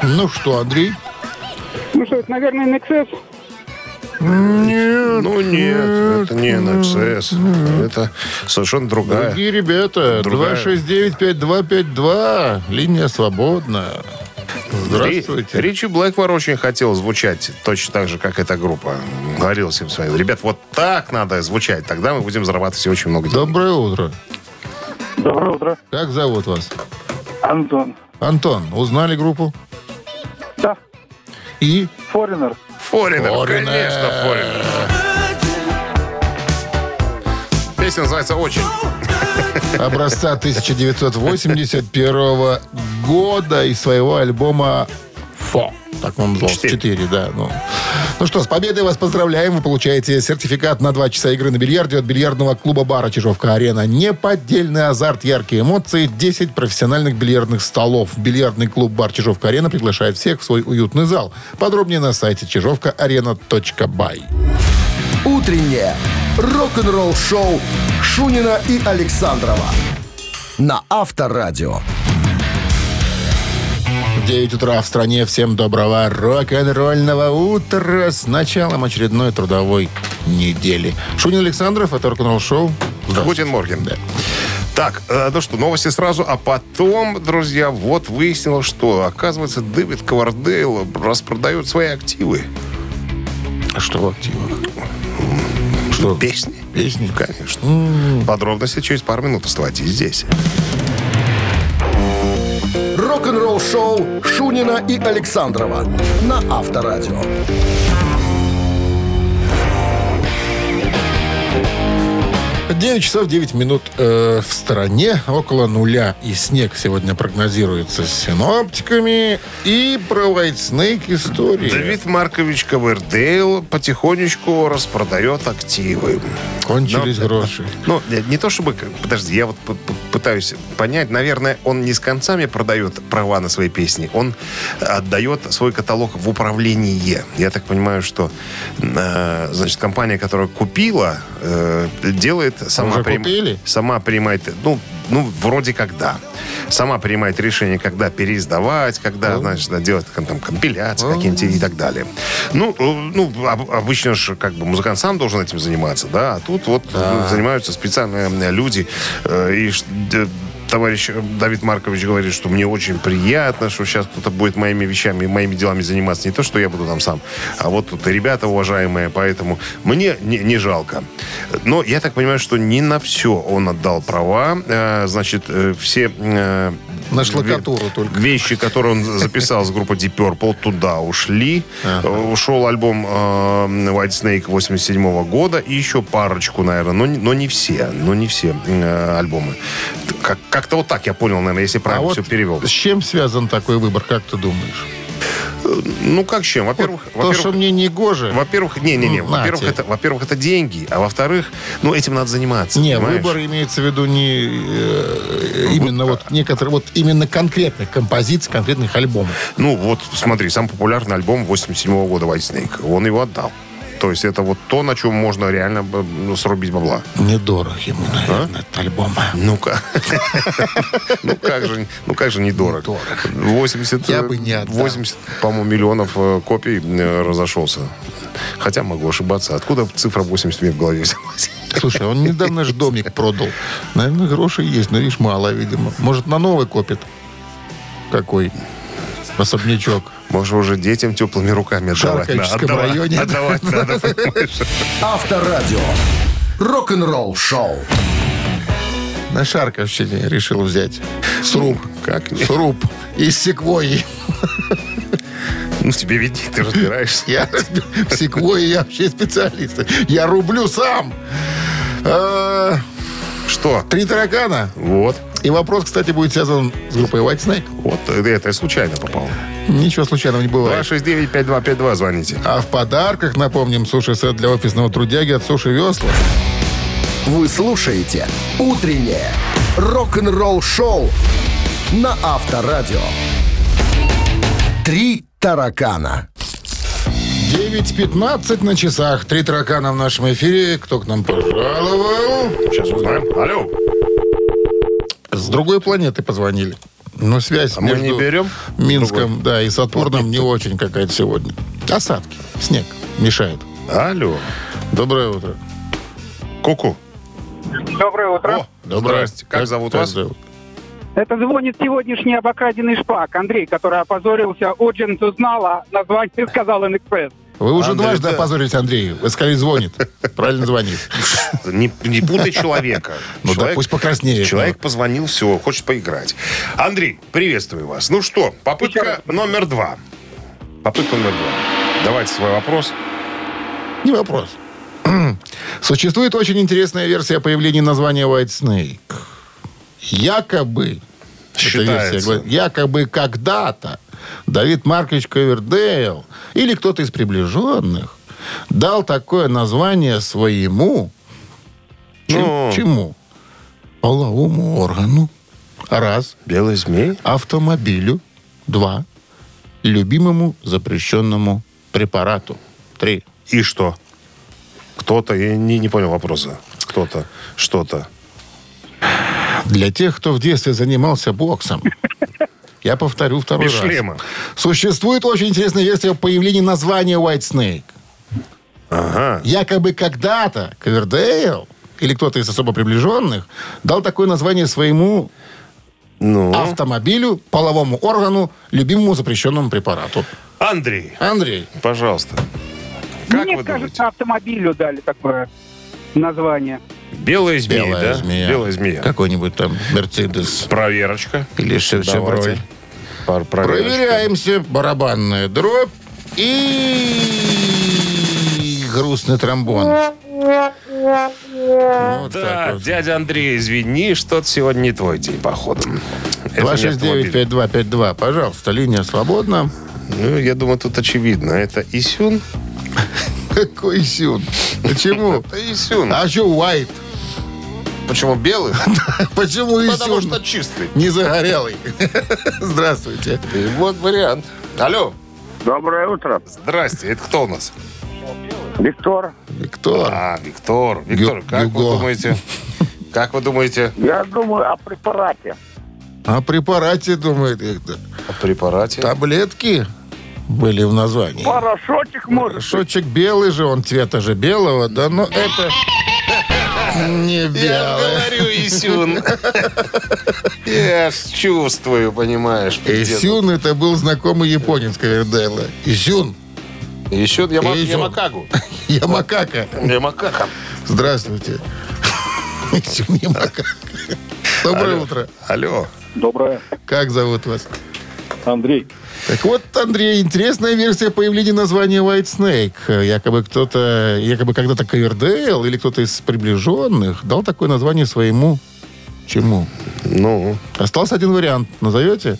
B: Ну что, Андрей?
I: Ну что, это, наверное, NXS?
C: Ну нет, это не NXS. Это совершенно другая.
B: Дорогие ребята,
C: Другая.
B: 269-5252. Линия свободна. Здравствуйте.
C: Ри- Ричи Блэкмор очень хотел звучать точно так же, как эта группа. Говорил всем своим. Ребят, вот так надо звучать. Тогда мы будем зарабатывать очень много денег.
B: Доброе утро.
H: Доброе утро,
B: Как зовут вас?
H: Антон.
B: Антон, узнали группу?
H: Да,
B: И
H: Форинер.
C: Форинер,
B: Foreigner.
C: конечно, Форинер. Песня называется «Очень».
B: образца 1981 года из своего альбома «Фо». Так он назывался.
C: Четыре.
B: Четыре, да. Ну. ну что, с победой вас поздравляем. Вы получаете сертификат на 2 часа игры на бильярде от бильярдного клуба-бара «Чижовка-арена». Неподдельный азарт, яркие эмоции, 10 профессиональных бильярдных столов. Бильярдный клуб-бар «Чижовка-арена» приглашает всех в свой уютный зал. Подробнее на сайте чижовкаарена.бай.
A: Утреннее рок-н-ролл шоу Шунина и Александрова на Авторадио.
B: 9 утра в стране. Всем доброго рок-н-ролльного утра с началом очередной трудовой недели. Шунин Александров, это рок-н-ролл шоу. Здравствуйте.
C: Гутин Морген. Так, э, ну что, новости сразу, а потом, друзья, вот выяснилось, что, оказывается, Дэвид Ковардейл распродает свои активы.
B: А что в активах? Что?
C: Песни.
B: Песни?
C: Конечно. Подробности через пару минут. Оставайтесь здесь.
A: Рок-н-ролл шоу Шунина и Александрова на Авторадио.
B: 9 часов 9 минут э, в стране, около нуля. И снег сегодня прогнозируется с синоптиками. И про White Snake истории.
C: Давид Маркович Ковердейл потихонечку распродает активы.
B: Кончились
C: Но-
B: гроши.
C: Ну, не- не то чтобы... как- Подожди, я вот п- п- пытаюсь понять. Наверное, он не с концами продает права на свои песни. Он отдает свой каталог в управление. Я так понимаю, что, э, значит, компания, которая купила, э, делает... Сама
B: Уже купили?
C: Сама принимает... Ну, ну, вроде как да. Сама принимает решение, когда переиздавать, когда, значит, да, делать кон- там, компиляции какие-нибудь и так далее. Ну, э, ну об- обычно же как бы музыкант сам должен этим заниматься, да, а тут вот ну, занимаются специальные э, люди. э, И ш- д- товарищ э, Давид Маркович говорит, что мне очень приятно, что сейчас кто-то будет моими вещами, и моими делами заниматься. Не то, что я буду там сам, а вот тут и ребята уважаемые, поэтому мне не, не жалко. Но я так понимаю, что не на все он отдал права. Э, Значит, э, все... э,
B: На
C: ве-
B: штукатуру только.
C: Вещи, которые он записал с группы Deep Purple, туда ушли. Э, Ушел альбом э, White Snake 87 года и еще парочку, наверное, но, не- но не все, но не все э, альбомы. Т- Как, как-то вот так я понял, наверное, если
B: А
C: правильно
B: вот
C: все перевел.
B: С чем связан такой выбор, как ты думаешь?
C: Ну, как с чем? Во-первых,
B: То, что
C: во-первых,
B: мне не гоже.
C: во-первых, не-не-не,
B: Ну, на
C: во-первых,
B: тебе.
C: это, во-первых, это деньги, а во-вторых, ну, этим надо заниматься,
B: Не,
C: понимаешь?
B: выбор имеется в виду не э, именно вот некоторые, вот именно конкретных композиций, конкретных альбомов.
C: Ну, вот, смотри, самый популярный альбом 87 года White Snake. Он его отдал. То есть это вот то, на чем можно реально б- ну, срубить бабла.
B: Недорог ему, наверное, этот альбом.
C: Ну-ка. Ну как же, ну как же недорого. 80,
B: Я бы не отдал.
C: 80, по-моему, миллионов э, копий э, разошелся. Хотя могу ошибаться. Откуда цифра 80 мне в голове взялась?
B: Слушай, он недавно же домик продал. Наверное, гроши есть, но видишь, мало, видимо. Может, на новый копит? Какой? Особнячок.
C: Может, уже детям теплыми руками отдавать надо.
B: Шаркальческом
C: Отдавать-
B: районе.
C: Отдавать надо, понимаешь?
A: Авторадио. Рок-н-ролл шоу.
B: На Шарковщине решил взять. Сруб.
C: Как?
B: Сруб. Из секвойи.
C: Ну, тебе виднее, ты разбираешься.
B: Я в секвойи я вообще специалист. Я рублю сам. Э,
C: Что?
B: Три таракана.
C: Вот.
B: И вопрос, кстати, будет связан с группой White Snake.
C: Вот это это я случайно попал.
B: Ничего случайного не бывает.
C: 269-5252 звоните.
B: А в подарках, напомним, суши-сет для офисного трудяги от Суши Весла.
A: Вы слушаете «Утреннее рок-н-ролл-шоу» на Авторадио. «Три таракана».
B: 9.15 на часах. Три таракана в нашем эфире. Кто к нам пожаловал?
C: Сейчас узнаем. Алло.
B: С другой планеты позвонили. Но связь
C: А мы
B: между
C: не берем?
B: Минском, да, и Сатурном не очень какая-то сегодня. Осадки, снег мешает.
C: Алло.
B: Доброе утро.
C: Куку.
I: Доброе утро.
C: О, здрасте.
B: Э,
C: Как зовут вас?
I: Это звонит сегодняшний обокраденный шпак Андрей, который опозорился. Оджин узнала название, сказал NXS.
B: Вы уже
C: Андрей,
B: дважды
C: да.
B: опозорились, Андрей. Вы сказали, звонит. Правильно звонит.
C: Не, не путай человека.
B: Ну да, пусть покраснеет,
C: Человек
B: но.
C: позвонил, все, хочет поиграть. Андрей, приветствую вас. Ну что, попытка номер два. Попытка номер два. Давайте свой вопрос.
B: Не вопрос. Существует очень интересная версия появления названия White Snake. Якобы, эта
C: Считается.
B: версия говорит, якобы когда-то Давид Маркович Ковердейл или кто-то из приближенных дал такое название своему чем-
C: Ну.
B: чему? Половому органу. Раз.
C: Белый змей?
B: Автомобилю. Два. Любимому запрещенному препарату. Три.
C: И что? Кто-то, я не, не понял вопроса. Кто-то, что-то.
B: Для тех, кто в детстве занимался боксом. Я повторю второй
C: Без
B: раз.
C: шлема.
B: Существует очень интересная версия о появлении названия White Snake.
C: Ага.
B: Якобы когда-то Ковердейл или кто-то из особо приближенных дал такое название своему
C: Ну.
B: автомобилю, половому органу, любимому запрещенному препарату.
C: Андрей,
B: Андрей,
C: пожалуйста. Как
I: Мне
C: вы
I: кажется,
C: думаете?
I: автомобилю дали такое название.
C: Белая змея,
B: белая
C: да?
B: змея.
C: Белая змея.
B: Какой-нибудь там Мерседес
C: Проверочка.
B: или Шев- Шевроль.
C: Давайте. Пар- проверочка.
B: Проверяемся. Барабанная дробь и грустный тромбон. Вот
C: Да,
B: так вот.
C: дядя Андрей, извини, что-то сегодня не твой день, походу. Это не автомобиль.
B: 269-5252. Пожалуйста, линия свободна.
C: Ну, я думаю, тут очевидно. Это Исюн?
B: Какой сюн? Почему?
C: Это Исюн.
B: А что Уайт?
C: почему белый?
B: Почему
C: Потому
B: Исюн
C: что чистый.
B: не загорелый? Здравствуйте.
C: И вот вариант. Алло,
H: Доброе утро.
C: здрасте, это кто у нас?
H: Виктор,
B: Виктор.
C: А, Виктор. Виктор,
B: Гю-
C: как
B: Гюго.
C: вы думаете? Как вы думаете
H: я думаю о препарате.
B: О препарате думает Виктор.
C: о препарате?
B: Таблетки были в названии.
H: Порошочек может.
B: Шочек белый же, он цвета же белого, да, но это... Не
C: Я
B: белая.
C: говорю, Исюн. Я ж чувствую, понимаешь.
B: Исюн это был знакомый японец Кавердейла. Исюн,
C: Еще я
B: Исюн.
C: Ямакагу.
B: Ямакака.
C: Ямакака.
B: Здравствуйте. Исюн Ямака. Доброе утро.
C: Алло.
H: Доброе.
B: Как зовут вас?
H: Андрей.
B: Так вот, Андрей, интересная версия появления названия White Snake. Якобы кто-то, якобы когда-то Кавердейл или кто-то из приближенных дал такое название своему чему?
C: Ну,
B: Остался один вариант. Назовете?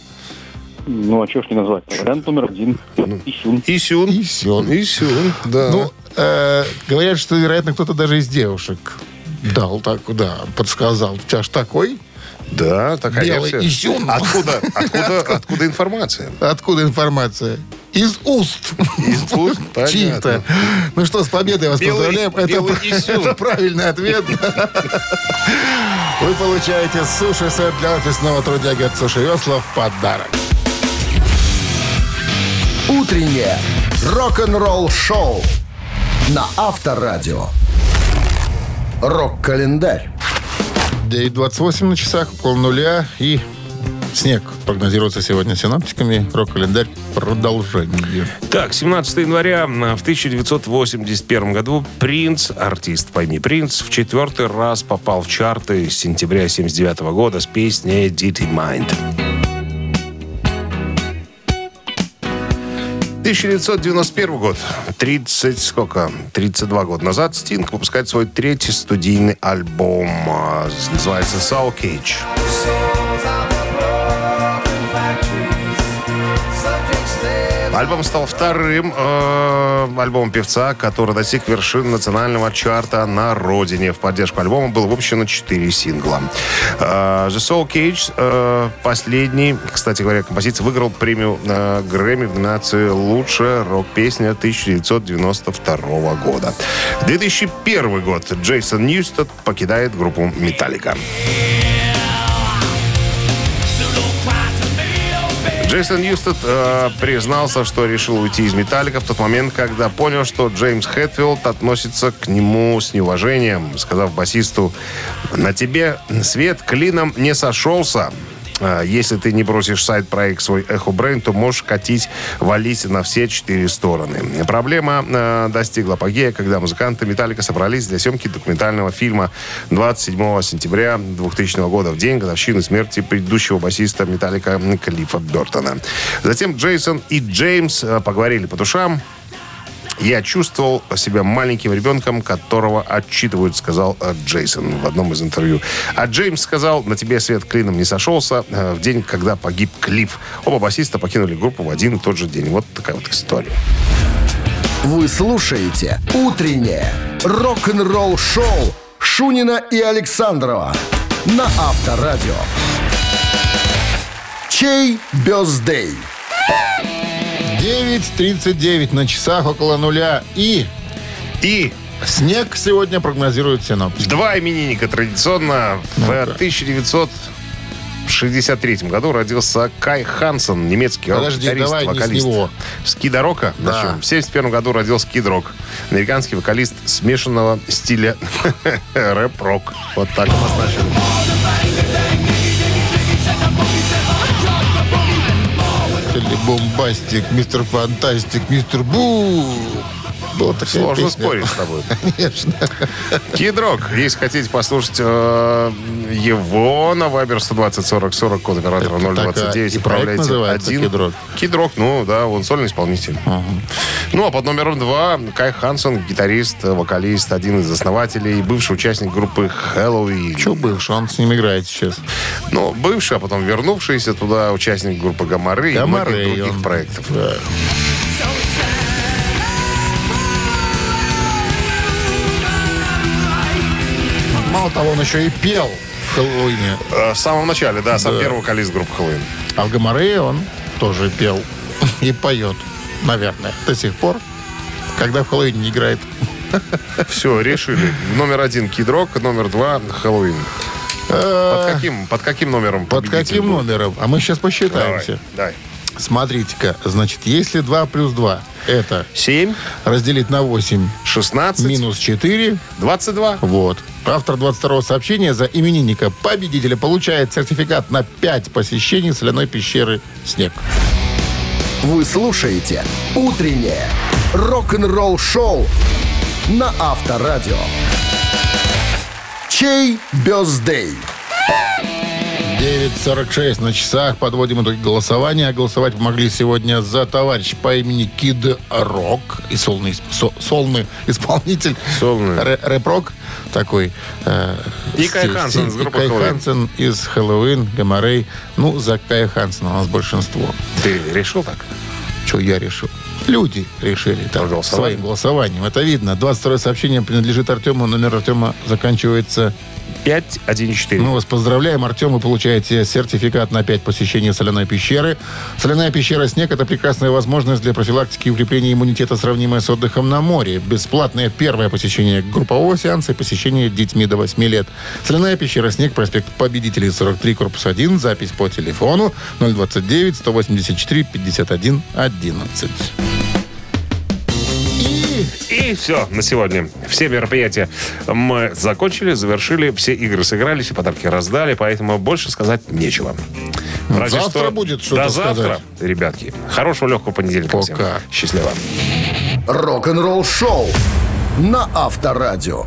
H: Ну, а что ж не назвать? Вариант номер один. Ищун.
C: Исюн.
B: Исюн.
C: Исюн, да.
B: Ну, э, говорят, что, вероятно, кто-то даже из девушек дал так, да, подсказал. У тебя ж такой?
C: да, такая
B: белый
C: версия.
B: Исюн.
C: Откуда, откуда, откуда информация?
B: Откуда информация? Из уст.
C: Из уст? Понятно.
B: Чьих-то. Ну что, с победой вас
C: Белый-
B: поздравляем.
C: белый
B: Это,
C: Исюн.
B: это правильный ответ. Вы получаете суши-сет для офисного трудяги от Суши Весла в подарок.
A: Утреннее рок-н-ролл-шоу на Авторадио. Рок-календарь.
B: 9.28 на часах, около нуля и снег прогнозируется сегодня синаптиками. Рок-календарь продолжение.
E: Так, 17 января м, в 1981 году Принц, артист, пойми, Принц в четвертый раз попал в чарты с сентября 79 года с песней «Did It Mind».
C: 1991 год. 30 сколько? 32 года назад Стинг выпускает свой третий студийный альбом.
E: Э,
C: а, с- Называется «Soul Cage». Альбом стал вторым э, альбомом певца, который достиг вершин национального чарта на родине. В поддержку альбома было выпущено 4 сингла. Э, The Soul Cage, э, последний, кстати говоря, композиция, выиграл премию э, Грэмми в номинации «Лучшая рок-песня 1992 года». 2001 год. Джейсон Ньюстед покидает группу «Металлика». Джейсон Ньюстед э, признался, что решил уйти из «Металлика» в тот момент, когда понял, что Джеймс Хэтфилд относится к нему с неуважением, сказав басисту «На тебе свет клином не сошелся». Э, Если ты не бросишь сайт-проект свой «Эхо Брейн», то можешь катить, валить на все четыре стороны. Проблема э, достигла апогея, когда музыканты «Металлика» собрались для съемки документального фильма 27 сентября 2000 года, в день годовщины смерти предыдущего басиста «Металлика» Клиффа Бертона. Затем Джейсон и Джеймс э, поговорили по душам, я чувствовал себя маленьким ребенком, которого отчитывают, сказал э, Джейсон в одном из интервью. А Джеймс сказал, на тебе свет клином не сошелся э, в день, когда погиб Клифф. Оба басиста покинули группу в один и тот же день. Вот такая вот история.
A: Вы слушаете «Утреннее рок-н-ролл-шоу» Шунина и Александрова на Авторадио. Чей бездей?
B: 9.39 на часах, около нуля. И
C: И
B: снег сегодня прогнозируют синоптики.
C: два именинника традиционно. В э, 1963 году родился Кай Хансон, немецкий
B: Подожди,
C: рок-гитарист,
B: давай не с
C: вокалист.
B: него.
C: С Кида Рока
B: Да.
C: начнем. В 71 году родился Кид Рок. Американский вокалист смешанного стиля рэп-рок. Вот так вот обозначили.
B: Или бомбастик, мистер фантастик, мистер бу. Была такая
C: Сложно
B: песня.
C: спорить с тобой.
B: Конечно.
C: Кид Рок. Если хотите послушать э, его на Viber 120-40-40, код оператора
B: Это такая-
C: 029,
B: и проект называется «Кид Рок».
C: Кид Рок, ну да, он сольный исполнитель. Ну а под номером два Кай Хансон, гитарист, вокалист, один из основателей, бывший участник группы Хэллоуин.
B: Че бывший, он с ним играет сейчас.
C: Ну, бывший, а потом вернувшийся туда участник группы Гамары, и
B: Гамары,
C: многих других
B: он.
C: проектов.
B: Да. Мало того, он еще и пел в Хэллоуине.
C: Э, В самом начале, да, сам
B: Да.
C: первый вокалист группы Хэллоуин.
B: А в Гамарее он тоже пел и поет, наверное, до сих пор, когда в Хэллоуине не играет.
C: Все, решили. Номер один Кидрок, номер два Хэллоуин. Под каким, под каким номером?
B: Э, Под
C: победитель
B: каким
C: был?
B: номером? А мы сейчас
C: Давай,
B: посчитаемся.
C: давай.
B: Смотрите-ка, значит, если 2 плюс 2, это
C: Семь,
B: разделить на 8
C: шестнадцать,
B: минус 4,
C: двадцать два.
B: вот. Автор 22-го сообщения за именинника победителя получает сертификат на 5 посещений соляной пещеры «Снег».
A: Вы слушаете «Утреннее рок-н-ролл-шоу» на Авторадио. Чей бездей?
B: 9.46 на часах. Подводим итоги голосования. А Голосовать могли сегодня за товарищ по имени Кид Рок. И солный, исп- со- солный исполнитель.
C: Солный.
B: Ре- Рэп-рок такой. э,
C: И Кай
B: стиль-
C: Хансен
B: стиль.
C: из группы
B: И Кай
C: «Хэллоуин».
B: Хансен из Хэллоуин, Гамарей. Ну, за Кая Хансена у нас большинство.
C: Ты решил так?
B: Что я решил? Люди решили там,
C: Проголосовали.
B: своим голосованием. Это видно. 22 сообщение принадлежит Артему. Номер Артема заканчивается
C: 5-1-4.
B: мы вас поздравляем, Артем. Вы получаете сертификат на 5 посещений соляной пещеры. Соляная пещера «Снег» — это прекрасная возможность для профилактики и укрепления иммунитета, сравнимая с отдыхом на море. Бесплатное первое посещение группового сеанса и посещение детьми до 8 лет. Соляная пещера «Снег», проспект Победителей, 43, корпус 1. Запись по телефону 029-184-51-11. И
C: И все на сегодня. Все мероприятия мы закончили, завершили, все игры сыграли, все подарки раздали, поэтому больше сказать нечего.
B: Ну, завтра будет что-то
C: До завтра,
B: сказать.
C: ребятки. Хорошего легкого понедельника всем.
B: Пока.
C: Счастливо.
A: Рок-н-ролл-шоу на Авторадио.